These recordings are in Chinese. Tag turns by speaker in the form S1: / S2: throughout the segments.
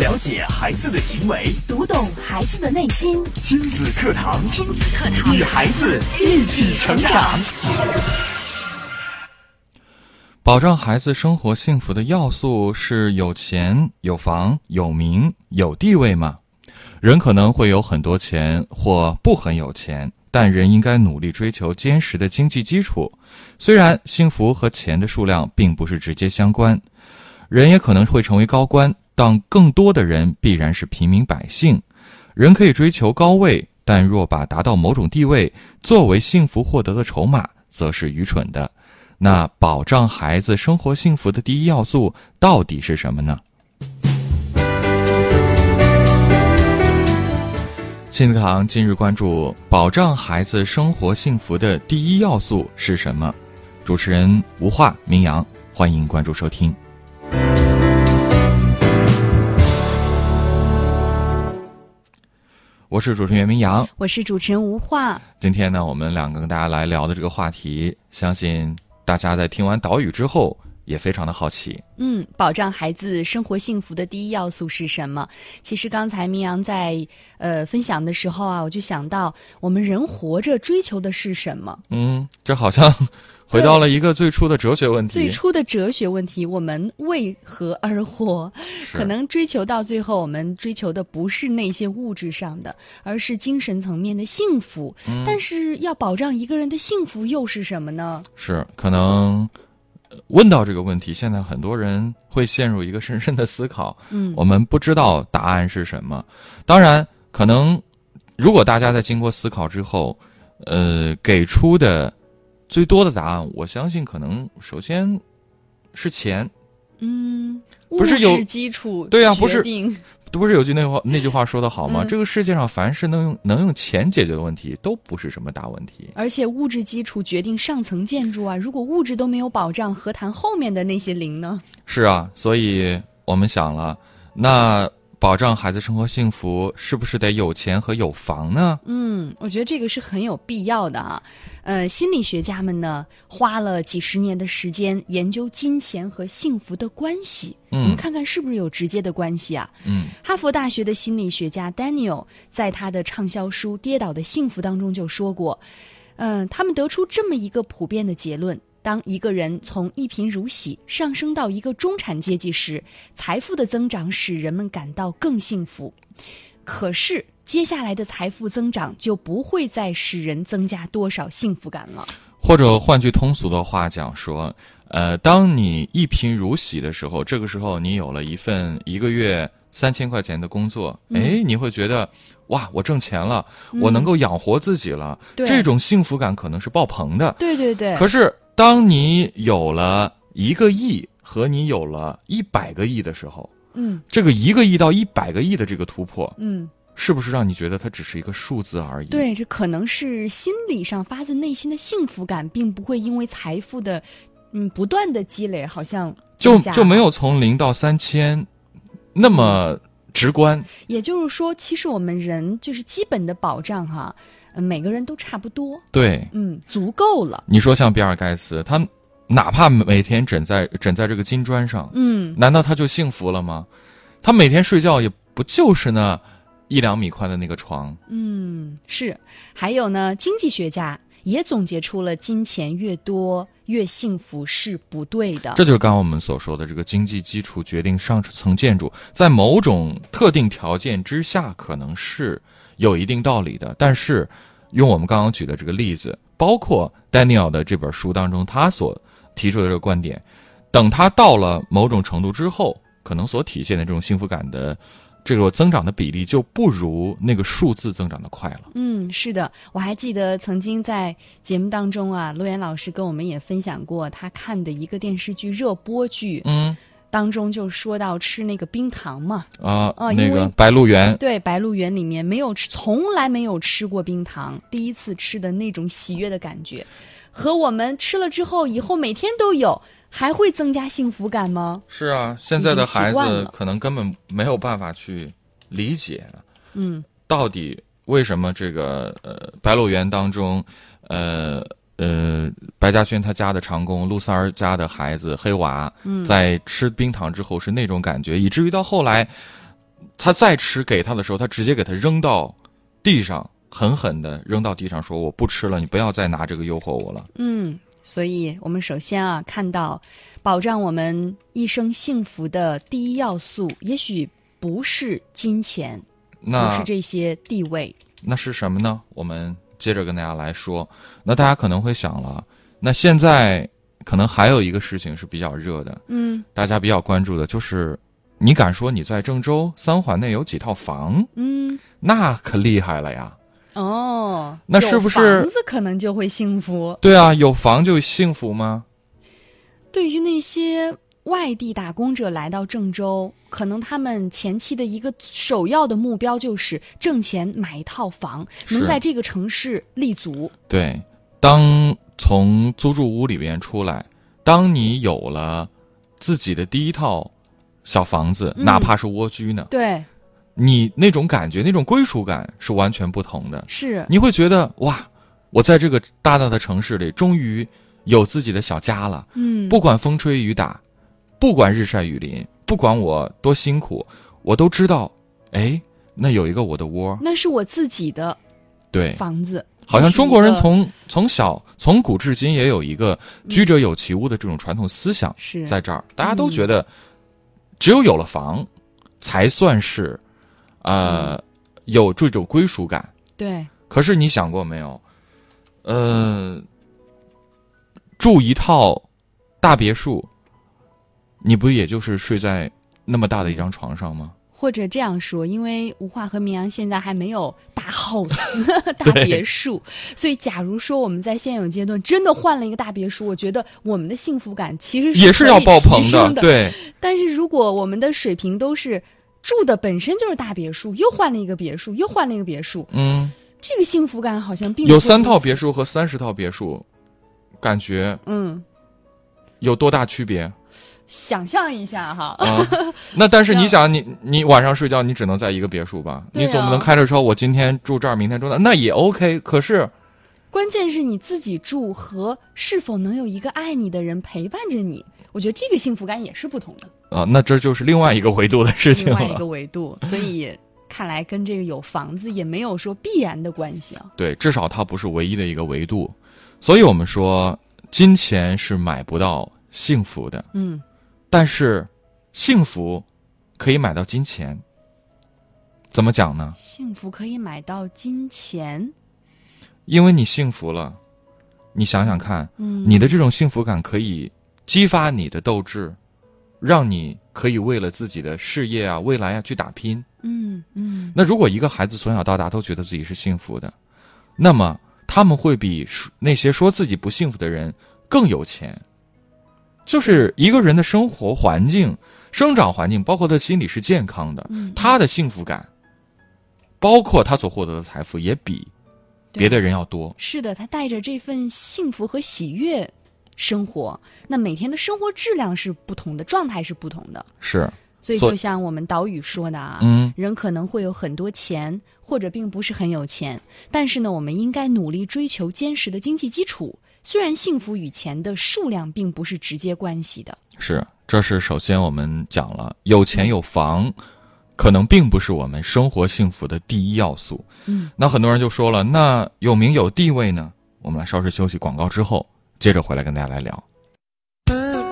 S1: 了解孩子的行为，
S2: 读懂孩子的内心，
S1: 亲子课堂，
S2: 亲子课堂
S1: 与孩子一起成长。
S3: 保障孩子生活幸福的要素是有钱、有房、有名、有地位吗？人可能会有很多钱或不很有钱，但人应该努力追求坚实的经济基础。虽然幸福和钱的数量并不是直接相关，人也可能会成为高官，但更多的人必然是平民百姓。人可以追求高位，但若把达到某种地位作为幸福获得的筹码，则是愚蠢的。那保障孩子生活幸福的第一要素到底是什么呢？亲子课堂今日关注：保障孩子生活幸福的第一要素是什么？主持人吴化、明阳，欢迎关注收听。我是主持人明阳，
S2: 我是主持人吴化。
S3: 今天呢，我们两个跟大家来聊的这个话题，相信大家在听完导语之后也非常的好奇。
S2: 嗯，保障孩子生活幸福的第一要素是什么？其实刚才明阳在呃分享的时候啊，我就想到，我们人活着追求的是什么？
S3: 嗯，这好像回到了一个最初的哲学问题。
S2: 最初的哲学问题，我们为何而活？
S3: 是
S2: 可能追求到最后，我们追求的不是那些物质上的，而是精神层面的幸福。
S3: 嗯
S2: 但是要保障一个人的幸福又是什么呢？
S3: 是可能呃问到这个问题，现在很多人会陷入一个深深的思考。
S2: 嗯
S3: 我们不知道答案是什么。当然，可能如果大家在经过思考之后，呃，给出的最多的答案，我相信可能首先是钱。
S2: 嗯，
S3: 不是有
S2: 物质基础
S3: 对呀
S2: 决
S3: 不是
S2: 定
S3: 不是有句那话那句话说的好吗？
S2: 嗯
S3: 这个世界上凡是能用能用钱解决的问题，都不是什么大问题。
S2: 而且物质基础决定上层建筑啊，如果物质都没有保障，何谈后面的那些零呢？
S3: 是啊，所以我们想了，那保障孩子生活幸福，是不是得有钱和有房呢？
S2: 嗯，我觉得这个是很有必要的啊。呃，心理学家们呢，花了几十年的时间研究金钱和幸福的关系，我们
S3: 嗯
S2: 看看是不是有直接的关系啊？
S3: 嗯
S2: 哈佛大学的心理学家 Daniel 在他的畅销书《跌倒的幸福》当中就说过，嗯、他们得出这么一个普遍的结论：当一个人从一贫如洗上升到一个中产阶级时，财富的增长使人们感到更幸福。可是，接下来的财富增长就不会再使人增加多少幸福感了。
S3: 或者换句通俗的话讲说，呃，当你一贫如洗的时候，这个时候你有了一份一个月三千块钱的工作，
S2: 嗯
S3: 哎、你会觉得哇，我挣钱了，我能够养活自己了，
S2: 对
S3: 这种幸福感可能是爆棚的。
S2: 对对对
S3: 可是，当你有了一个亿和你有了一百个亿的时候，
S2: 嗯
S3: 这个一个亿到一百个亿的这个突破，
S2: 嗯，
S3: 是不是让你觉得它只是一个数字而已？，
S2: 对，这可能是心理上发自内心的幸福感，并不会因为财富的，嗯，不断的积累，好像
S3: 就
S2: 增加
S3: 就没。有从零到三千那么直观。
S2: 也就是说，其实我们人就是基本的保障哈、呃每个人都差不多，
S3: 对，
S2: 嗯，足够了，
S3: 你说像比尔盖茨，他哪怕每天枕在枕在这个金砖上，
S2: 嗯，
S3: 难道他就幸福了吗？他每天睡觉也不就是那一两米宽的那个床。
S2: 嗯，是。还有呢，经济学家也总结出了金钱越多越幸福是不对的。
S3: 这就是刚刚我们所说的这个经济基础决定上层建筑，在某种特定条件之下，可能是有一定道理的。但是，用我们刚刚举的这个例子，包括 Daniel 的这本书当中他所提出的这个观点，等他到了某种程度之后，可能所体现的这种幸福感的这个增长的比例，就不如那个数字增长的快了。
S2: 嗯，是的，我还记得曾经在节目当中啊，陆岩老师跟我们也分享过他看的一个电视剧热播剧
S3: 嗯
S2: 当中，就说到吃那个冰糖嘛，
S3: 啊，
S2: 哦
S3: 那
S2: 因为
S3: 个白鹿原，
S2: 对，《白鹿原》里面没有吃，从来没有吃过冰糖，第一次吃的那种喜悦的感觉，和我们吃了之后，以后每天都有，还会增加幸福感吗？
S3: 是啊，现在的孩
S2: 已经习惯
S3: 子
S2: 了
S3: 可能根本没有办法去理解
S2: 嗯
S3: 到底为什么这个呃《白鹿原》当中，呃呃白嘉轩他家的长工陆三儿家的孩子黑娃，
S2: 嗯，
S3: 在吃冰糖之后是那种感觉，以至于到后来他再吃给他的时候，他直接给他扔到地上，狠狠的扔到地上，说：“我不吃了，你不要再拿这个诱惑我了。
S2: 嗯，所以我们首先啊，看到保障我们一生幸福的第一要素，也许不是金钱，
S3: 那”
S2: 不是这些地位。
S3: 那是什么呢？我们接着跟大家来说。那大家可能会想了，那现在可能还有一个事情是比较热的，
S2: 嗯
S3: 大家比较关注的就是，你敢说你在郑州三环内有几套房？
S2: 嗯，
S3: 那可厉害了呀！
S2: 哦，
S3: 那
S2: 有
S3: 是不是
S2: 房子可能就会幸福？
S3: 对啊，有房就幸福吗？
S2: 对于那些外地打工者来到郑州，可能他们前期的一个首要的目标就是挣钱买一套房，
S3: 是
S2: 能在这个城市立足。
S3: 对，当从租住屋里边出来，当你有了自己的第一套小房子，
S2: 嗯
S3: 哪怕是蜗居呢，
S2: 对，
S3: 你那种感觉、那种归属感是完全不同的。
S2: 是，
S3: 你会觉得哇，我在这个大大的城市里，终于有自己的小家了。
S2: 嗯，
S3: 不管风吹雨打，不管日晒雨淋，不管我多辛苦，我都知道，哎，那有一个我的窝。
S2: 那是我自己的
S3: 对，
S2: 房子。
S3: 哎好像
S2: 这是
S3: 中国人
S2: 一个嗯
S3: 从从小从古至今也有一个“居者有其屋”的这种传统思想，
S2: 是嗯
S3: 在这儿，大家都觉得，只有有了房，才算是，呃，
S2: 嗯
S3: 有这种归属感。
S2: 对，
S3: 可是你想过没有？呃，住一套大别墅，你不也就是睡在那么大的一张床上吗？
S2: 或者这样说，因为吴化和绵阳现在还没有大 house 大别墅，所以假如说我们在现有阶段真的换了一个大别墅，我觉得我们的幸福感其实
S3: 也
S2: 是
S3: 是
S2: 可
S3: 要
S2: 以
S3: 爆
S2: 提
S3: 棚
S2: 升的。
S3: 对
S2: 但是如果我们的水平都是住的本身就是大别墅，又换了一个别墅，又换了一个别墅，
S3: 嗯，
S2: 这个幸福感好像并不
S3: 有
S2: 会
S3: 三
S2: 如
S3: 套
S2: 此
S3: 别，墅和三十套别墅，感觉
S2: 嗯，
S3: 有多大区 别
S2: 想象一下哈，
S3: 啊？那但是
S2: 这样
S3: 你 想，你你晚上睡觉，你只能在一个别墅吧？
S2: 对啊
S3: 你总不能开着车，我今天住这儿，明天住那儿，那也 OK。可是，
S2: 关键是你自己住和是否能有一个爱你的人陪伴着你，我觉得这个幸福感也是不同的。
S3: 啊，那这就是另外一个维度的事情
S2: 另
S3: 了。
S2: 外一个维度，所以看来跟这个有房子也没有说必然的关系啊。
S3: 对，至少它不是唯一的一个维度。所以我们说，金钱是买不到幸福的，
S2: 嗯，
S3: 但是幸福可以买到金钱。怎么讲呢？
S2: 幸福可以买到金钱，
S3: 因为你幸福了，你想想看，
S2: 嗯，
S3: 你的这种幸福感可以激发你的斗志，让你可以为了自己的事业啊、未来啊去打拼。
S2: 嗯嗯，
S3: 那如果一个孩子从小到大都觉得自己是幸福的，那么他们会比说那些说自己不幸福的人更有钱。就是一个人的生活环境、生长环境，包括他心理是健康的，
S2: 嗯
S3: 他的幸福感，包括他所获得的财富，也比
S2: 对
S3: 别的人要多。
S2: 是的，他带着这份幸福和喜悦生活，那每天的生活质量是不同的，状态是不同的。
S3: 是，
S2: 所以
S3: 所
S2: 就像我们岛屿说的啊，
S3: 嗯，
S2: 人可能会有很多钱，或者并不是很有钱，但是呢，我们应该努力追求坚实的经济基础。虽然幸福与钱的数量并不是直接关系的，
S3: 是，这是首先我们讲了，有
S2: 嗯
S3: 钱有房，可能并不是我们生活幸福的第一要素。
S2: 嗯，
S3: 那很多人就说了，那有名有地位呢？我们来稍事休息，广告之后接着回来跟大家来聊。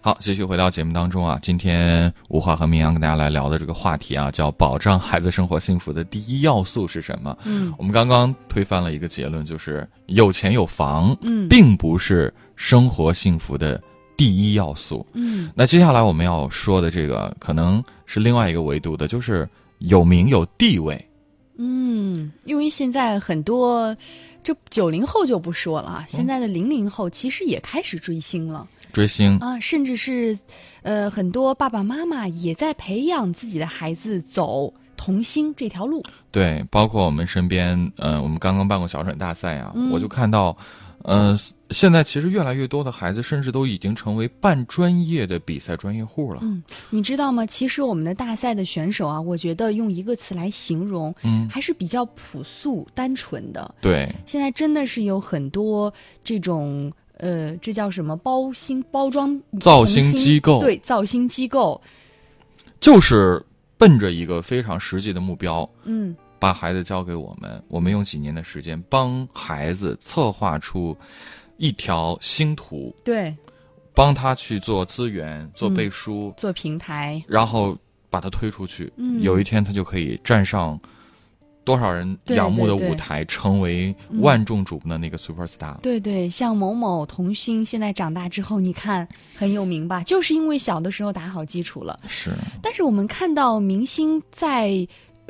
S3: 好，继续回到节目当中啊，今天吴华和明阳跟大家来聊的这个话题啊，叫保障孩子生活幸福的第一要素是什么？
S2: 嗯
S3: 我们刚刚推翻了一个结论，就是有钱有房，
S2: 嗯
S3: 并不是生活幸福的第一要素。
S2: 嗯
S3: 那接下来我们要说的这个，可能是另外一个维度的，就是有名有地位。
S2: 嗯，因为现在很多，这九零后就不说了啊，现在的零零后其实也开始追星了、
S3: 追星
S2: 啊，甚至是，呃，很多爸爸妈妈也在培养自己的孩子走童星这条路。
S3: 对，包括我们身边，呃，我们刚刚办过小转大赛啊，
S2: 嗯
S3: 我就看到，呃，现在其实越来越多的孩子，甚至都已经成为半专业的比赛专业户了。
S2: 嗯，你知道吗？其实我们的大赛的选手啊，我觉得用一个词来形容，
S3: 嗯，
S2: 还是比较朴素单纯的。
S3: 对，
S2: 现在真的是有很多这种呃，这叫什么包星包装
S3: 造星机构
S2: 对造星机构，
S3: 就是奔着一个非常实际的目标，
S2: 嗯
S3: 把孩子交给我们，我们用几年的时间帮孩子策划出一条星途，
S2: 对，
S3: 帮他去做资源、做
S2: 嗯
S3: 背书，
S2: 做平台，
S3: 然后把他推出去。
S2: 嗯
S3: 有一天他就可以站上多少人
S2: 对
S3: 仰慕的
S2: 对对
S3: 舞台，成为万众瞩目的那个 super star。
S2: 对对，像某某童星，现在长大之后，你看很有名吧，就是因为小的时候打好基础了。
S3: 是，
S2: 但是我们看到明星在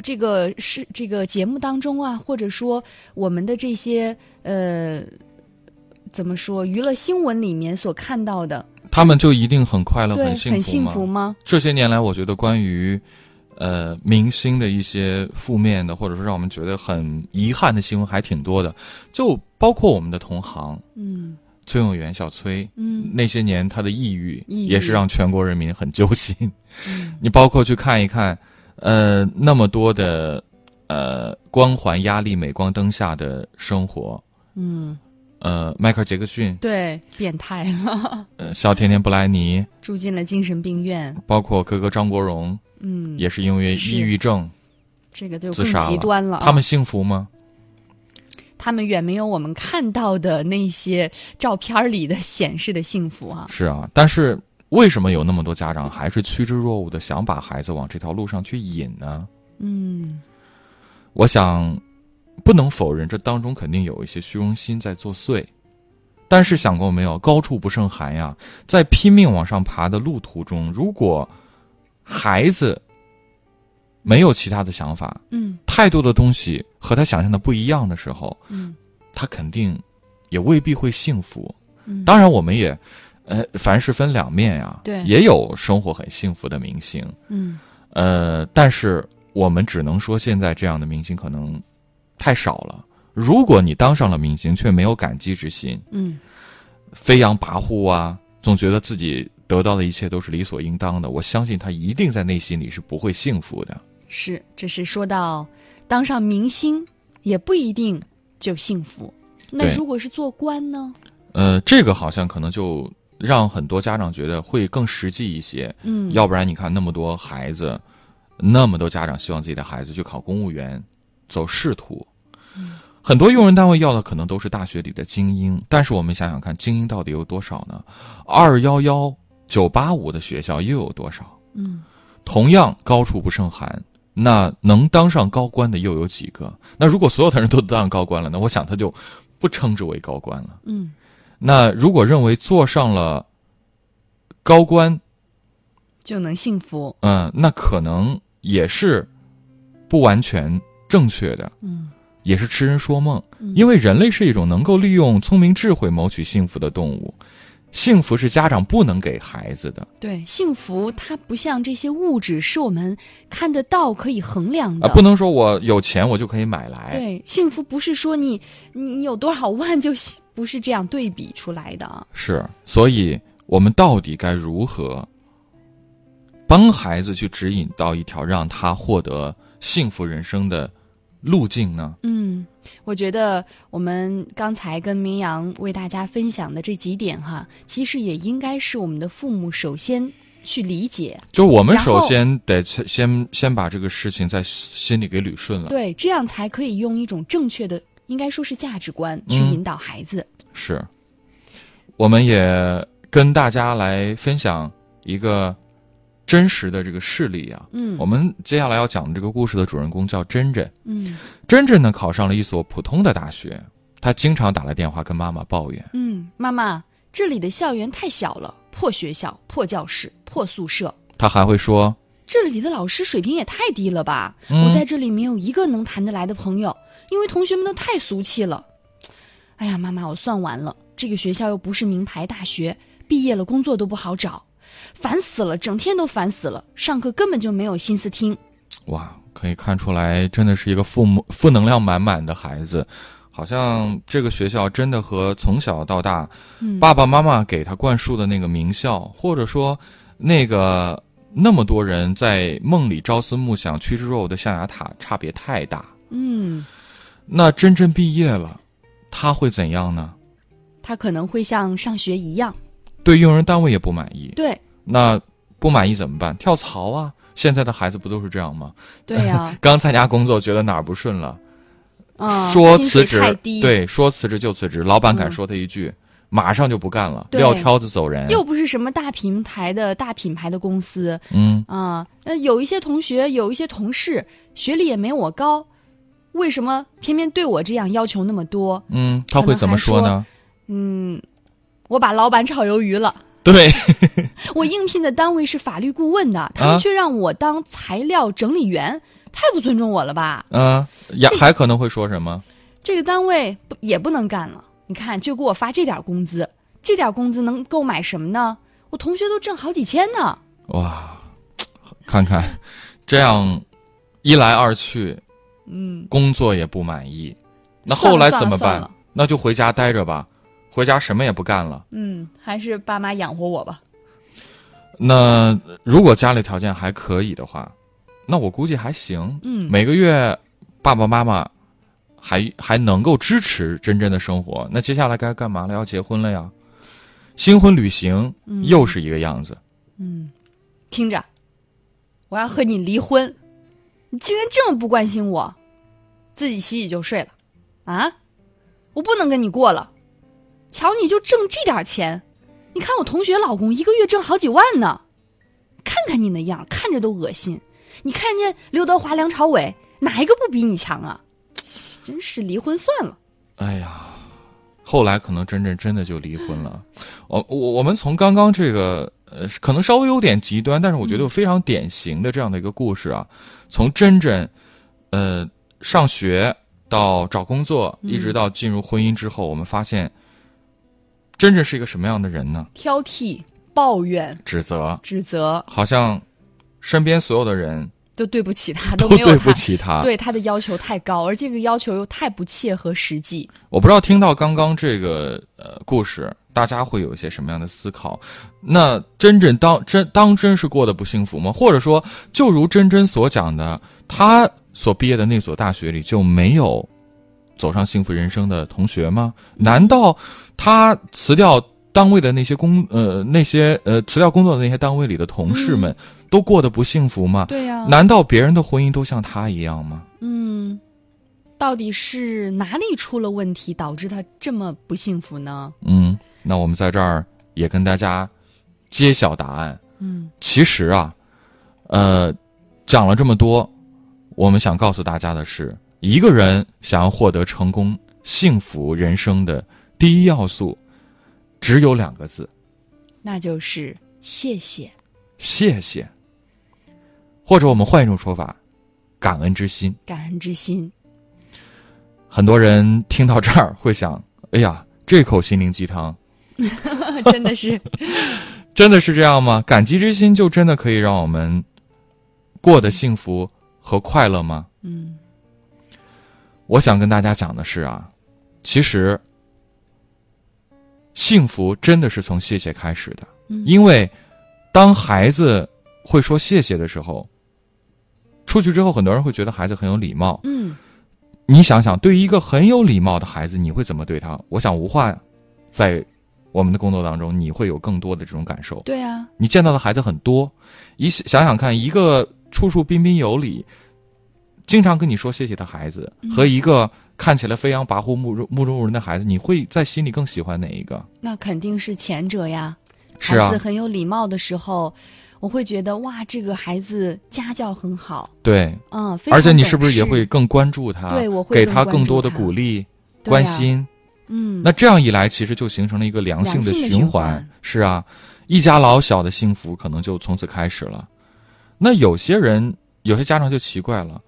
S2: 这个是这个节目当中啊，或者说我们的这些呃，怎么说娱乐新闻里面所看到的，
S3: 他们就一定很快乐、
S2: 对，
S3: 很
S2: 很
S3: 幸
S2: 幸
S3: 福吗
S2: 福？吗？
S3: 这些年来，我觉得关于呃明星的一些负面的，或者说让我们觉得很遗憾的新闻还挺多的，就包括我们的同行
S2: 嗯
S3: 崔永元小崔。
S2: 嗯
S3: 那些年他的抑郁
S2: 抑郁
S3: 也是让全国人民很揪心。
S2: 嗯
S3: 你包括去看一看，呃，那么多的呃光环压力、镁光灯下的生活，
S2: 嗯，
S3: 呃，迈克尔·杰克逊，
S2: 对，变态了，
S3: 呃，小甜甜布莱尼，
S2: 住进了精神病院。
S3: 包括哥哥张国荣，
S2: 嗯，
S3: 也是因为
S2: 是
S3: 抑郁症
S2: 这个就
S3: 自
S2: 更
S3: 杀
S2: 极端了啊。
S3: 他们幸福吗？
S2: 他们远没有我们看到的那些照片儿里的显示的幸福啊。
S3: 是啊，但是为什么有那么多家长还是趋之若鹜的想把孩子往这条路上去引呢？
S2: 嗯
S3: 我想，不能否认这当中肯定有一些虚荣心在作祟，但是想过没有，高处不胜寒呀，在拼命往上爬的路途中，如果孩子没有其他的想法，
S2: 嗯
S3: 太多的东西和他想象的不一样的时候，
S2: 嗯
S3: 他肯定也未必会幸福。
S2: 嗯，
S3: 当然，我们也，呃，凡事分两面呀、
S2: 对
S3: 也有生活很幸福的明星，
S2: 嗯
S3: 呃，但是我们只能说，现在这样的明星可能太少了。如果你当上了明星，却没有感激之心，
S2: 嗯
S3: 飞扬跋扈啊，总觉得自己得到的一切都是理所应当的，我相信他一定在内心里是不会幸福的。
S2: 是，这是说到当上明星也不一定就幸福。那
S3: 对
S2: 如果是做官呢？
S3: 呃，这个好像可能就让很多家长觉得会更实际一些，
S2: 嗯，
S3: 要不然你看那么多孩子，那么多家长希望自己的孩子去考公务员，走仕途。很多用人单位要的可能都是大学里的精英，但是我们想想看，精英到底有多少呢？二幺幺、九八五的学校又有多少？
S2: 嗯
S3: 同样高处不胜寒，那能当上高官的又有几个？那如果所有的人都当上高官了，那我想他就不称之为高官了。
S2: 嗯
S3: 那如果认为坐上了高官，
S2: 就能幸福。
S3: 嗯，那可能也是不完全正确的，
S2: 嗯
S3: 也是痴人说梦。
S2: 嗯
S3: 因为人类是一种能够利用聪明智慧谋取幸福的动物，幸福是家长不能给孩子的
S2: 对，幸福它不像这些物质是我们看得到可以衡量
S3: 啊、
S2: 的。
S3: 不能说我有钱我就可以买来。
S2: 嗯对，幸福不是说你你有多少万就 幸不是这样对比出来的啊。
S3: 是，所以我们到底该如何帮孩子去指引到一条让他获得幸福人生的路径呢？
S2: 嗯，我觉得我们刚才跟明阳为大家分享的这几点哈，其实也应该是我们的父母首先去理解，
S3: 就我们
S2: 然
S3: 首
S2: 后
S3: 先得先先先把这个事情在心里给捋顺了。
S2: 对，这样才可以用一种正确的，应该说是价值观去
S3: 嗯
S2: 引导孩子。
S3: 是，我们也跟大家来分享一个真实的这个事例啊。
S2: 嗯，
S3: 我们接下来要讲的这个故事的主人公叫珍珍，
S2: 嗯
S3: 珍珍呢考上了一所普通的大学，她经常打来电话跟妈妈抱怨。
S2: 嗯，妈妈，这里的校园太小了，破学校、破教室、破宿舍，
S3: 她还会说
S2: 这里的老师水平也太低了吧！
S3: 嗯
S2: 我在这里没有一个能谈得来的朋友，因为同学们都太俗气了。哎呀，妈妈，我算完了，这个学校又不是名牌大学，毕业了工作都不好找，烦死了，整天都烦死了，上课根本就没有心思听。：“
S3: 哇，可以看出来，真的是一个负母负能量满满的孩子。”好像这个学校真的和从小到大
S2: 嗯，
S3: 爸爸妈妈给他灌输的那个名校，或者说那个那么多人在梦里朝思暮想、趋之若鹜的象牙塔，差别太大。
S2: 嗯，
S3: 那真正毕业了，他会怎样呢？
S2: 他可能会像上学一样，
S3: 对用人单位也不满意，
S2: 对
S3: 那不满意怎么办？跳槽啊！现在的孩子不都是这样吗？、
S2: 对呀
S3: 刚参加工作，觉得哪儿不顺了，
S2: 啊，
S3: 说
S2: 薪
S3: 辞
S2: 水
S3: 职
S2: 太，低，，
S3: 对，说辞职就辞职，老板敢
S2: 嗯
S3: 说他一句，马上就不干了，
S2: 对
S3: 撂挑子走人。
S2: 又不是什么大平台的大品牌的公司
S3: 嗯，
S2: 啊。那有一些同学，有一些同事，学历也没我高，为什么偏偏对我这样要求那么多？
S3: 嗯，他
S2: 可
S3: 会
S2: 能
S3: 怎
S2: 还
S3: 么说呢？
S2: 嗯，我把老板炒鱿鱼了。
S3: 对，
S2: 我应聘的单位是法律顾问的，他
S3: 啊
S2: 们却让我当材料整理员，太不尊重我了吧？
S3: 嗯，也还可能会说什么？
S2: 这个单位不也不能干了。你看，就给我发这点工资，这点工资能购买什么呢？我同学都挣好几千呢。
S3: 哇，看看，这样一来二去，
S2: 嗯，
S3: 工作也不满意，那
S2: 算
S3: 后
S2: 了
S3: 来怎么
S2: 算了算
S3: 办
S2: 了？
S3: 那就回家待着吧，回家什么也不干了。
S2: 嗯，还是爸妈养活我吧。
S3: 那如果家里条件还可以的话，那我估计还行，
S2: 嗯，
S3: 每个月爸爸妈妈还还能够支持真正的生活。那接下来该干嘛了？要结婚了呀，新婚旅行
S2: 嗯
S3: 又是一个样子。
S2: 嗯，听着，我要和你离婚，你竟然这么不关心我，自己洗洗就睡了，啊？我不能跟你过了，瞧你就挣这点钱，你看我同学老公一个月挣好几万呢，看看你那样儿，看着都恶心。你看人家刘德华、梁朝伟，哪一个不比你强啊？真是离婚算了。
S3: 哎呀，后来可能真正真的就离婚了。哦我我我们从刚刚这个呃，可能稍微有点极端，但是我觉得有非常典型的这样的一个故事啊，从真正呃上学到找工作，
S2: 嗯
S3: 一直到进入婚姻之后，我们发现真正是一个什么样的人呢？
S2: 挑剔、抱怨、
S3: 指责，
S2: 指责，
S3: 好像身边所有的人
S2: 都对不起他，
S3: 都
S2: 没有
S3: 对
S2: 他
S3: 不起他。
S2: 对他的要求太高，而这个要求又太不切合实际。
S3: 我不知道听到刚刚这个呃故事，大家会有一些什么样的思考？那真正当真当真是过得不幸福吗？或者说，就如真真所讲的，她所毕业的那所大学里就没有走上幸福人生的同学吗？难道她辞掉单位的那些工呃那些呃辞掉工作的那些单位里的同事们、都过得不幸福吗？
S2: 对呀
S3: 难道别人的婚姻都像她一样吗？
S2: 嗯，到底是哪里出了问题，导致他这么不幸福呢？
S3: 嗯，那我们在这儿也跟大家揭晓答案。
S2: 嗯
S3: 其实啊，呃，讲了这么多，我们想告诉大家的是，一个人想要获得成功、幸福人生的第一要素，只有两个字：
S2: 那就是谢谢。
S3: 谢谢。或者我们换一种说法，感恩之心。
S2: 感恩 之心，
S3: 很多人听到这儿会想：哎呀，这口心灵鸡汤
S2: 真的是，
S3: 真的是这样吗？感激之心就真的可以让我们过得幸福和快乐吗？
S2: 嗯
S3: 我想跟大家讲的是啊，其实幸福真的是从谢谢开始的，
S2: 嗯
S3: 因为当孩子会说谢谢的时候，出去之后，很多人会觉得孩子很有礼貌。
S2: 嗯，
S3: 你想想，对于一个很有礼貌的孩子，你会怎么对他？我想无话，在我们的工作当中，你会有更多的这种感受。
S2: 对啊，
S3: 你见到的孩子很多，一想想看，一个处处彬彬有礼，经常跟你说谢谢的孩子，
S2: 嗯
S3: 和一个看起来飞扬跋扈、目中目中无人的孩子，你会在心里更喜欢哪一个？
S2: 那肯定是前者呀。
S3: 是啊
S2: 孩子，很有礼貌的时候，我会觉得哇，这个孩子家教很好，
S3: 对，
S2: 嗯，非常
S3: 而且你是不是也
S2: 懂事
S3: 会更关注他？
S2: 对我会
S3: 给
S2: 更
S3: 他
S2: 关
S3: 更
S2: 注
S3: 多的
S2: 他
S3: 鼓励、
S2: 对啊
S3: 关
S2: 呀
S3: 心。
S2: 嗯，
S3: 那这样一来，其实就形成了一个良性
S2: 良
S3: 的
S2: 性的
S3: 循
S2: 循
S3: 环
S2: 环。
S3: 是啊，一家老小的幸福可能就从此开始了。那有些人，有些家长就奇怪了。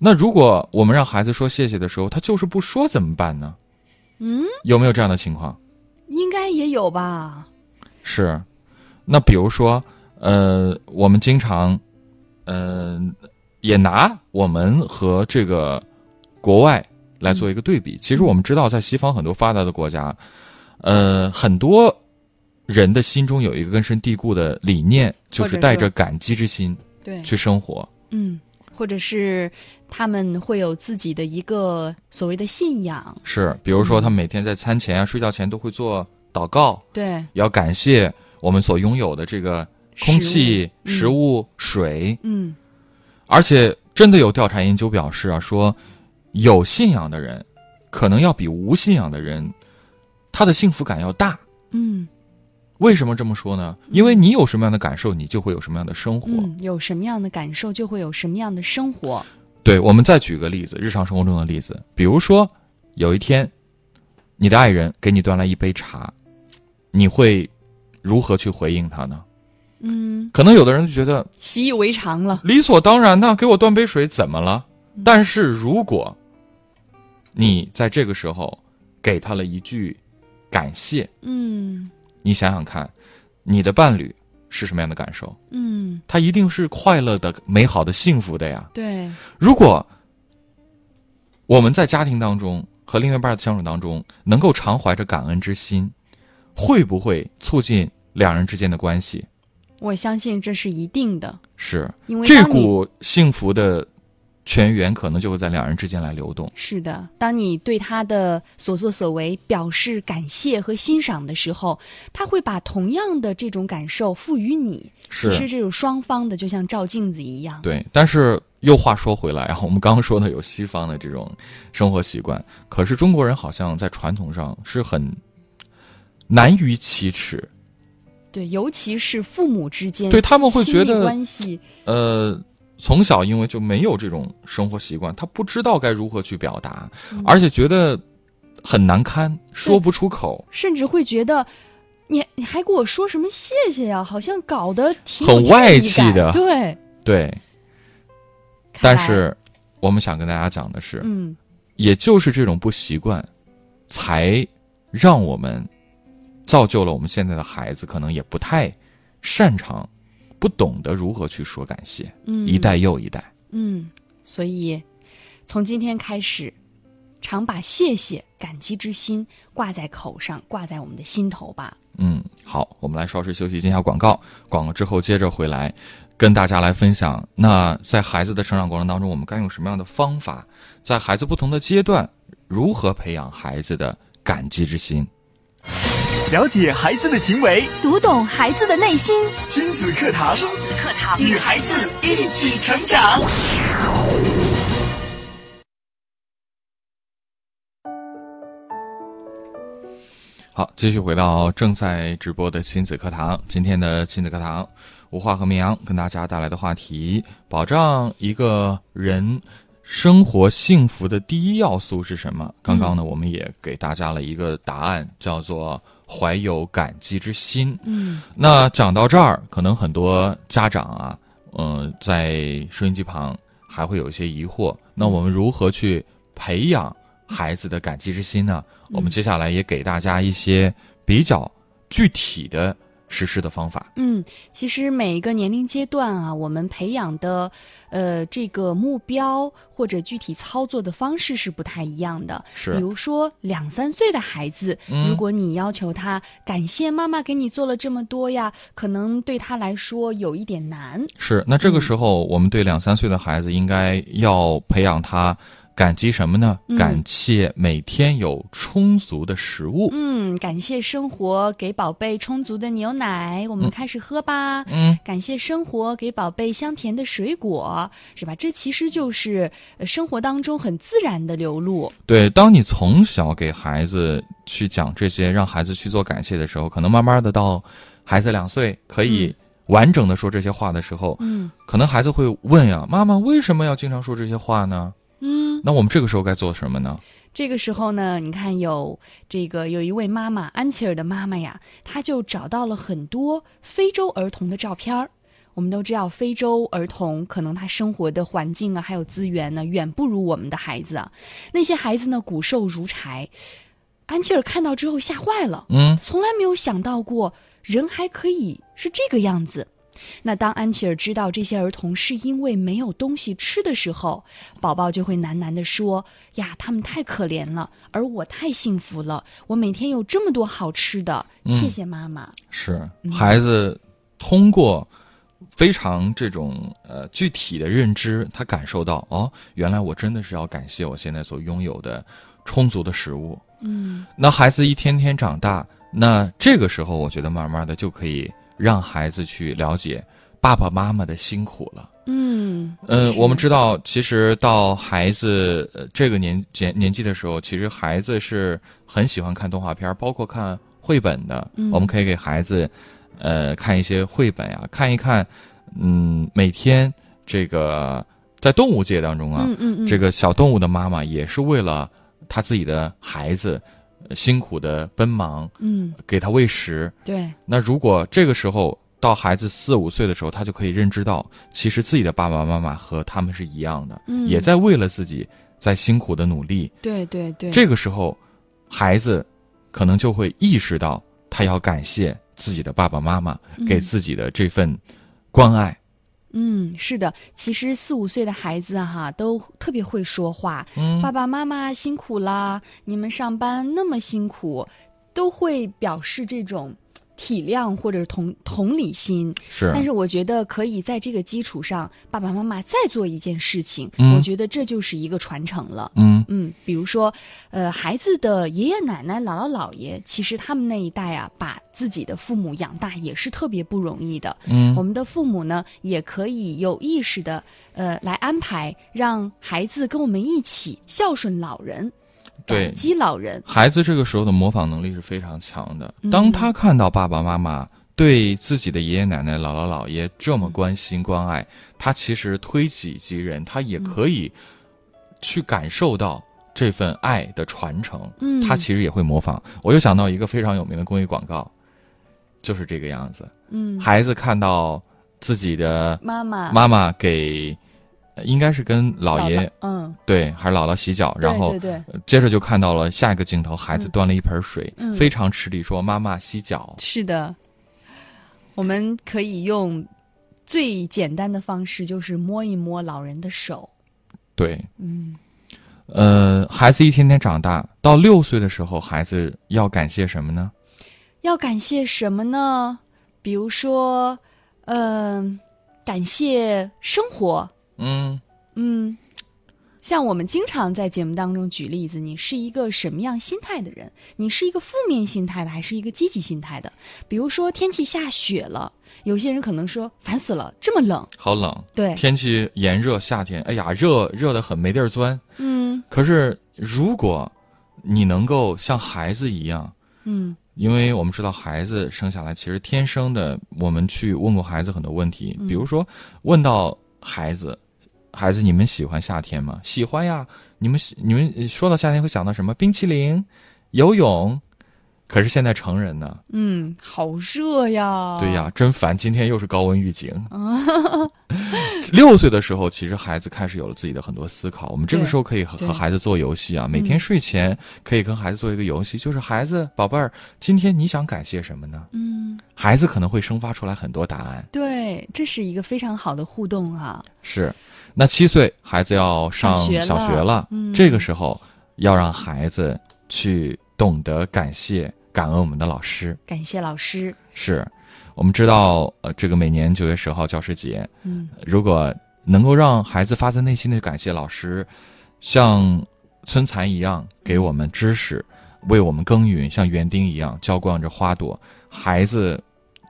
S3: 那如果我们让孩子说谢谢的时候，他就是不说怎么办呢？
S2: 嗯，
S3: 有没有这样的情况？
S2: 应该也有吧？
S3: 是，那比如说，呃，我们经常，呃嗯、也拿我们和这个国外来做一个对比。其实我们知道，在西方很多发达的国家，呃，很多人的心中有一个根深蒂固的理念，就
S2: 或者
S3: 是
S2: 说
S3: 带着感激之心
S2: 对，
S3: 去生活。
S2: 嗯，或者是他们会有自己的一个所谓的信仰，
S3: 是，比如说
S2: 嗯
S3: 他们每天在餐前啊、睡觉前都会做祷告，
S2: 对，
S3: 要感谢我们所拥有的这个空气、食
S2: 食物嗯
S3: 物、水，
S2: 嗯
S3: 而且真的有调查研究表示啊，说有信仰的人，可能要比无信仰的人，他的幸福感要大。
S2: 嗯
S3: 为什么这么说呢？因为你有什么样的感受，你就会有什么样的生活。
S2: 嗯，有什么样的感受，就会有什么样的生活。
S3: 对，我们再举个例子，日常生活中的例子，比如说有一天，你的爱人给你端来一杯茶，你会如何去回应他呢？
S2: 嗯，
S3: 可能有的人就觉得
S2: 习以为常了。
S3: 理所当然呢，给我端杯水怎么了？但是如果你在这个时候给他了一句感谢，
S2: 嗯
S3: 你想想看，你的伴侣是什么样的感受？
S2: 嗯，
S3: 他一定是快乐的、美好的、幸福的呀。
S2: 对，
S3: 如果我们在家庭当中和另一半的相处当中，能够常怀着感恩之心，会不会促进两人之间的关系？
S2: 我相信这是一定的，
S3: 是
S2: 因为
S3: 这
S2: 当你
S3: 股幸福的泉源，可能就会在两人之间来流动。
S2: 是的，当你对他的所作所为表示感谢和欣赏的时候，他会把同样的这种感受赋予你。
S3: 是
S2: 其实这种双方的，就像照镜子一样。
S3: 对，但是又话说回来啊，我们刚刚说的有西方的这种生活习惯，可是中国人好像在传统上是很难于启齿。
S2: 对，尤其是父母之间，
S3: 对他们会觉得
S2: 亲密关系，
S3: 呃，从小因为就没有这种生活习惯，他不知道该如何去表达，而且觉得很难堪，说不出口，
S2: 甚至会觉得。你你还给我说什么谢谢呀、好像搞得挺
S3: 很
S2: 有距离
S3: 外气
S2: 感
S3: 的
S2: 对，
S3: 对。
S2: 看
S3: 但
S2: 来
S3: 是我们想跟大家讲的是，
S2: 嗯，
S3: 也就是这种不习惯，才让我们造就了我们现在的孩子，可能也不太擅长，不懂得如何去说感谢，
S2: 嗯
S3: 一代又一代。
S2: 嗯，所以从今天开始，常把谢谢、感激之心挂在口上，挂在我们的心头吧。
S3: 嗯，好，我们来稍事休息，进一下广告。广告之后接着回来，跟大家来分享。那在孩子的成长过程当中，我们该用什么样的方法，在孩子不同的阶段，如何培养孩子的感激之心？
S1: 了解孩子的行为，
S4: 读懂孩子的内心，
S1: 亲子课堂，
S4: 亲子课堂
S1: 与孩子一起成长。
S3: 好，继续回到正在直播的亲子课堂。今天的亲子课堂，吴化和明阳跟大家带来的话题：保障一个人生活幸福的第一要素是什么？刚刚呢，我们也给大家了一个答案，叫做怀有感激之心。
S2: 嗯，
S3: 那讲到这儿，可能很多家长啊，嗯、在收音机旁还会有一些疑惑。那
S2: 嗯
S3: 我们如何去培养孩子的感激之心呢？我
S2: 嗯
S3: 们接下来也给大家一些比较具体的实施的方法。
S2: 嗯，其实每一个年龄阶段啊，我们培养的呃这个目标或者具体操作的方式是不太一样的。
S3: 是
S2: 比如说两三岁的孩子，
S3: 嗯
S2: 如果你要求他感谢妈妈给你做了这么多呀，可能对他来说有一点难。
S3: 是，那这
S2: 嗯
S3: 个时候，我们对两三岁的孩子应该要培养他感激什么呢？
S2: 嗯
S3: 感谢每天有充足的食物。
S2: 嗯，感谢生活给宝贝充足的牛奶，我们开始喝吧。
S3: 嗯
S2: 感谢生活给宝贝香甜的水果，是吧？这其实就是呃生活当中很自然的流露。
S3: 对，当你从小给孩子去讲这些，让孩子去做感谢的时候，可能慢慢的到孩子两岁可以完整的说这些话的时候，
S2: 嗯
S3: 可能孩子会问呀、妈妈为什么要经常说这些话呢？
S2: 嗯，
S3: 那我们这个时候该做什么呢？
S2: 这个时候呢，你看有这个有一位妈妈安琪儿的妈妈呀，她就找到了很多非洲儿童的照片儿。我们都知道，非洲儿童可能他生活的环境啊，还有资源呢，远不如我们的孩子啊。那些孩子呢，骨瘦如柴。安琪儿看到之后吓坏了，
S3: 嗯，
S2: 从来没有想到过人还可以是这个样子。那当安琪儿知道这些儿童是因为没有东西吃的时候，宝宝就会喃喃地说：“呀，他们太可怜了，而我太幸福了，我每天有这么多好吃的，
S3: 嗯
S2: 谢谢妈妈。
S3: 是孩子通过非常这种呃具体的认知，他感受到哦，原来我真的是要感谢我现在所拥有的充足的食物。
S2: 嗯
S3: 那孩子一天天长大，那这个时候我觉得慢慢的就可以让孩子去了解爸爸妈妈的辛苦了。”
S2: 嗯
S3: 嗯，
S2: 是
S3: 我们知道，其实到孩子呃这个年年年纪的时候，其实孩子是很喜欢看动画片儿，包括看绘本的。
S2: 嗯
S3: 我们可以给孩子，呃，看一些绘本呀，看一看，嗯，每天这个在动物界当中啊，
S2: 嗯嗯嗯，
S3: 这个小动物的妈妈也是为了她自己的孩子呃辛苦的奔忙，
S2: 嗯
S3: 给他喂食，
S2: 对，
S3: 那如果这个时候到孩子四五岁的时候，他就可以认知到，其实自己的爸爸妈妈和他们是一样的，
S2: 嗯
S3: 也在为了自己在辛苦的努力。
S2: 对对对，
S3: 这个时候，孩子可能就会意识到，他要感谢自己的爸爸妈妈
S2: 嗯
S3: 给自己的这份关爱。
S2: 嗯是的，其实四五岁的孩子哈、都特别会说话，
S3: 嗯
S2: 爸爸妈妈辛苦啦，你们上班那么辛苦，都会表示这种体谅或者同同理心。
S3: 是
S2: 但是我觉得可以在这个基础上，爸爸妈妈再做一件事情，
S3: 嗯
S2: 我觉得这就是一个传承了。
S3: 嗯
S2: 嗯，比如说，呃，孩子的爷爷奶奶、姥姥姥爷，其实他们那一代啊，把自己的父母养大也是特别不容易的。
S3: 嗯
S2: 我们的父母呢，也可以有意识的，呃，来安排让孩子跟我们一起孝顺老人，
S3: 对
S2: 感激老人。
S3: 孩子这个时候的模仿能力是非常强的
S2: 嗯。
S3: 当他看到爸爸妈妈对自己的爷爷奶奶、姥姥姥爷这么关心关爱，他其实推己及人，他也可以
S2: 嗯
S3: 去感受到这份爱的传承。
S2: 嗯
S3: 他其实也会模仿。我又想到一个非常有名的公益广告，就是这个样子。
S2: 嗯，
S3: 孩子看到自己的
S2: 妈妈，
S3: 妈妈给，呃应该是跟姥爷
S2: 姥嗯，
S3: 对还是姥姥洗脚，
S2: 对
S3: 然后
S2: 对对，
S3: 接着就看到了下一个镜头，孩子端了一盆水，
S2: 嗯
S3: 非常吃力说：“妈妈洗脚。
S2: 是的，我们可以用最简单的方式，就是摸一摸老人的手。”
S3: 对，
S2: 嗯
S3: 呃，孩子一天天长大，到六岁的时候，孩子要感谢什么呢？
S2: 要感谢什么呢？比如说，嗯、感谢生活，
S3: 嗯，
S2: 嗯，像我们经常在节目当中举例子，你是一个什么样心态的人？你是一个负面心态的，还是一个积极心态的？比如说天气下雪了，有些人可能说烦死了，这么冷，
S3: 好冷，
S2: 对，
S3: 天气炎热，夏天，哎呀，热热得很，没地儿钻。
S2: 嗯
S3: 可是如果你能够像孩子一样，
S2: 嗯
S3: 因为我们知道孩子生下来其实天生的，我们去问过孩子很多问题，
S2: 嗯
S3: 比如说问到孩子，孩子你们喜欢夏天吗？喜欢呀。你们喜你们说到夏天会想到什么？冰淇淋、游泳。可是现在成人呢？
S2: 嗯，好热呀，
S3: 对呀，，真烦！今天又是高温预 警。
S2: 哦
S3: 六岁的时候，其实孩子开始有了自己的很多思考。我们这个
S2: 对
S3: 时候可以和
S2: 对嗯
S3: 和孩子做游戏啊，每天睡前可以跟孩子做一个游戏，就是孩子宝贝儿，今天你想感谢什么呢？
S2: 嗯，
S3: 孩子可能会生发出来很多答案。
S2: 对，这是一个非常好的互动啊，
S3: 是，那七岁孩子要上
S2: 上学了
S3: 小学了，
S2: 嗯
S3: 这个时候要让孩子去懂得感谢、感恩我们的老师。
S2: 感谢老师，
S3: 是我们知道，呃，这个每年九月十号教师节，
S2: 嗯
S3: 如果能够让孩子发自内心的感谢老师，像春蚕一样给我们知识，为我们耕耘，像园丁一样浇灌着花朵，孩子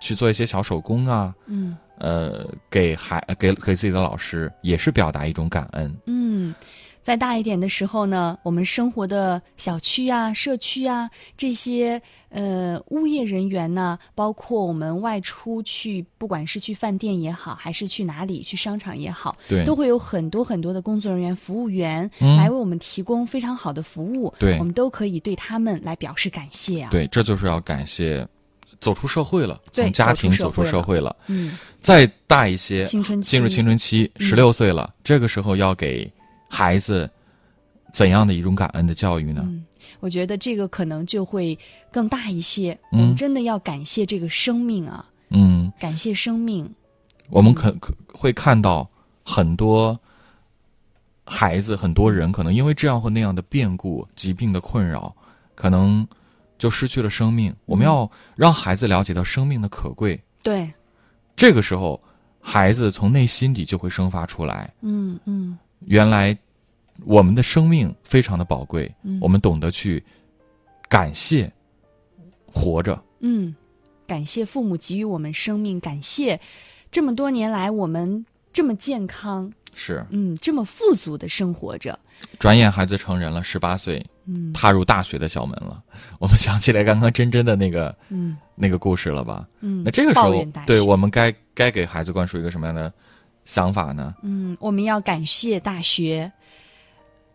S3: 去做一些小手工啊，
S2: 嗯。
S3: 呃，给孩给给自己的老师也是表达一种感恩。
S2: 嗯，再大一点的时候呢，我们生活的小区啊、社区啊，这些呃物业人员呢，包括我们外出去，不管是去饭店也好，还是去哪里去商场也好，
S3: 对
S2: 都会有很多很多的工作人员、服务员、
S3: 嗯
S2: 来为我们提供非常好的服务。
S3: 对
S2: 我们都可以对他们来表示感谢啊。，
S3: 对，这就是要感谢走出社会了，
S2: 对
S3: 从家庭走
S2: 走出
S3: 出
S2: 社
S3: 社
S2: 会
S3: 会了，
S2: 嗯，
S3: 再大一些，
S2: 青春
S3: 呃
S2: 期
S3: 进入青春期，
S2: 嗯
S3: 十六岁了，这个时候要给孩子怎样的一种感恩的教育呢？
S2: 嗯，我觉得这个可能就会更大一些。
S3: 嗯
S2: 我们真的要感谢这个生命啊，
S3: 嗯，
S2: 感谢生命。
S3: 我们可可会看到很多孩子、很多人可能因为这样或那样的变故、疾病的困扰，可能就失去了生命。我们要让孩子了解到生命的可贵，
S2: 对，
S3: 这个时候，孩子从内心底就会生发出来，
S2: 嗯嗯
S3: 原来我们的生命非常的宝贵，
S2: 嗯，
S3: 我们懂得去感谢活着。
S2: 嗯，感谢父母给予我们生命，感谢这么多年来我们这么健康，
S3: 是，
S2: 嗯，这么富足的生活着，
S3: 转眼孩子成人了，十八岁，
S2: 嗯
S3: 踏入大学的校门了。我们想起来刚刚真真的那个
S2: 嗯
S3: 那个故事了吧？
S2: 嗯。
S3: 那这个时
S2: 抱
S3: 候
S2: 怨大，学
S3: 对我们该该给孩子灌输一个什么样的想法呢？
S2: 嗯，我们要感谢大学，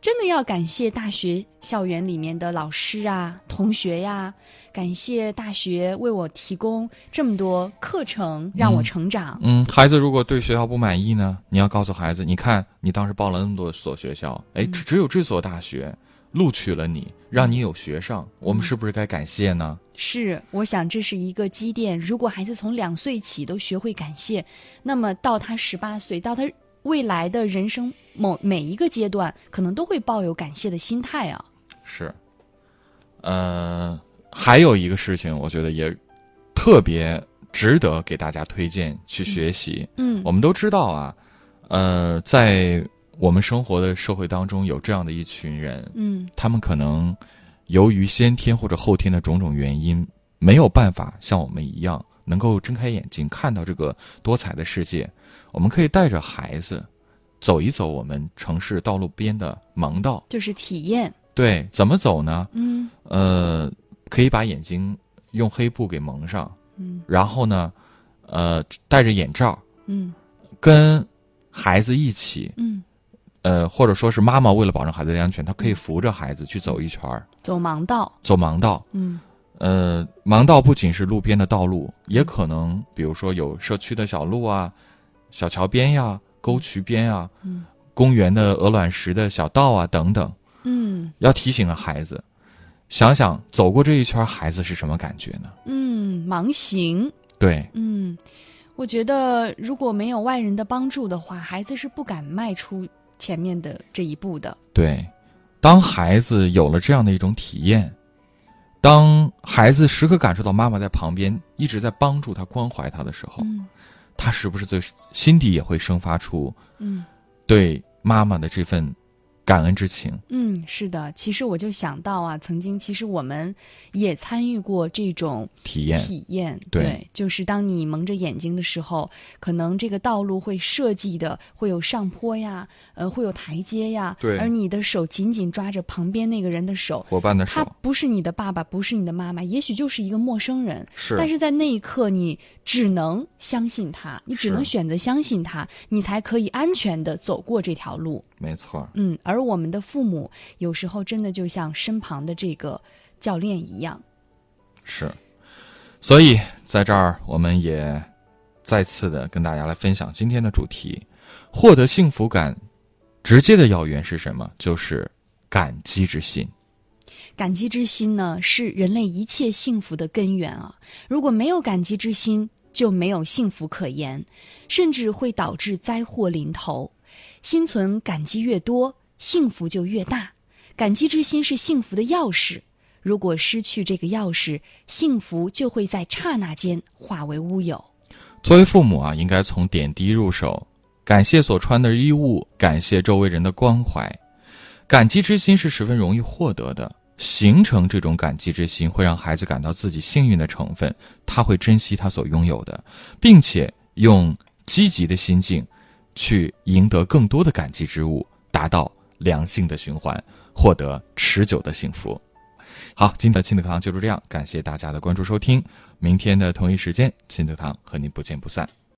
S2: 真的要感谢大学校园里面的老师啊、同学呀、感谢大学为我提供这么多课程让我成长。
S3: 嗯，孩子如果对学校不满意呢，你要告诉孩子，你看你当时报了那么多所学校，哎，
S2: 嗯
S3: 只只有这所大学录取了你，让你有学
S2: 嗯
S3: 上，我们是不是该感谢呢？
S2: 是，我想这是一个积淀。如果孩子从两岁起都学会感谢，那么到他十八岁，到他未来的人生某每一个阶段，可能都会抱有感谢的心态啊。
S3: 是，呃，还有一个事情，我觉得也特别值得给大家推荐去学习。
S2: 嗯
S3: 我们都知道啊，呃，在我们生活的社会当中，有这样的一群人，
S2: 嗯
S3: 他们可能由于先天或者后天的种种原因，没有办法像我们一样能够睁开眼睛看到这个多彩的世界。我们可以带着孩子走一走我们城市道路边的盲道。
S2: 就是体验。
S3: 对，怎么走呢？
S2: 嗯
S3: 呃，可以把眼睛用黑布给蒙上，
S2: 嗯
S3: 然后呢，呃，戴着眼罩，
S2: 嗯
S3: 跟孩子一起，
S2: 嗯，
S3: 呃，或者说是妈妈为了保证孩子的安全，她可以扶着孩子去走一圈儿，
S2: 走盲道。
S3: 走盲道。
S2: 嗯。
S3: 呃，盲道不仅是路边的道路，也可能比如说有社区的小路啊、小桥边呀、沟渠边呀、
S2: 嗯
S3: 公园的鹅卵石的小道啊等等。
S2: 嗯
S3: 要提醒啊孩子，想想走过这一圈，孩子是什么感觉呢？
S2: 嗯，盲行，
S3: 对，
S2: 嗯，我觉得如果没有外人的帮助的话，孩子是不敢迈出前面的这一步的。
S3: 对，当孩子有了这样的一种体验，当孩子时刻感受到妈妈在旁边一直在帮助他、关怀他的时候，
S2: 嗯
S3: 他是不是最心底也会生发出
S2: 嗯
S3: 对妈妈的这份感恩之情？
S2: 嗯，是的。其实我就想到啊，曾经其实我们也参与过这种
S3: 体验？
S2: 体验，
S3: 对
S2: 就是当你蒙着眼睛的时候，可能这个道路会设计的会有上坡呀，呃，会有台阶呀，
S3: 对
S2: 而你的手紧紧抓着旁边那个人的手。
S3: 伙伴的
S2: 他
S3: 手
S2: 不是你的爸爸，不是你的妈妈，也许就是一个陌生人，
S3: 是
S2: 但是在那一刻，你只能相信他，你只
S3: 是
S2: 能选择相信他，你才可以安全的走过这条路。
S3: 没错，
S2: 嗯，而我们的父母有时候真的就像身旁的这个教练一样。
S3: 是。所以在这儿，我们也再次的跟大家来分享今天的主题：获得幸福感直接的要源是什么？就是感激之心。
S2: 感激之心呢，是人类一切幸福的根源啊！如果没有感激之心，就没有幸福可言，甚至会导致灾祸临头。心存感激越多，幸福就越大。感激之心是幸福的钥匙，如果失去这个钥匙，幸福就会在刹那间化为乌有。
S3: 作为父母啊，应该从点滴入手，感谢所穿的衣物，感谢周围人的关怀，感激之心是十分容易获得的。形成这种感激之心，会让孩子感到自己幸运的成分，他会珍惜他所拥有的，并且用积极的心境去赢得更多的感激之物，达到良性的循环，获得持久的幸福。好，今天的亲子课堂就是这样，感谢大家的关注收听。明天的同一时间，亲子堂和您不见不散。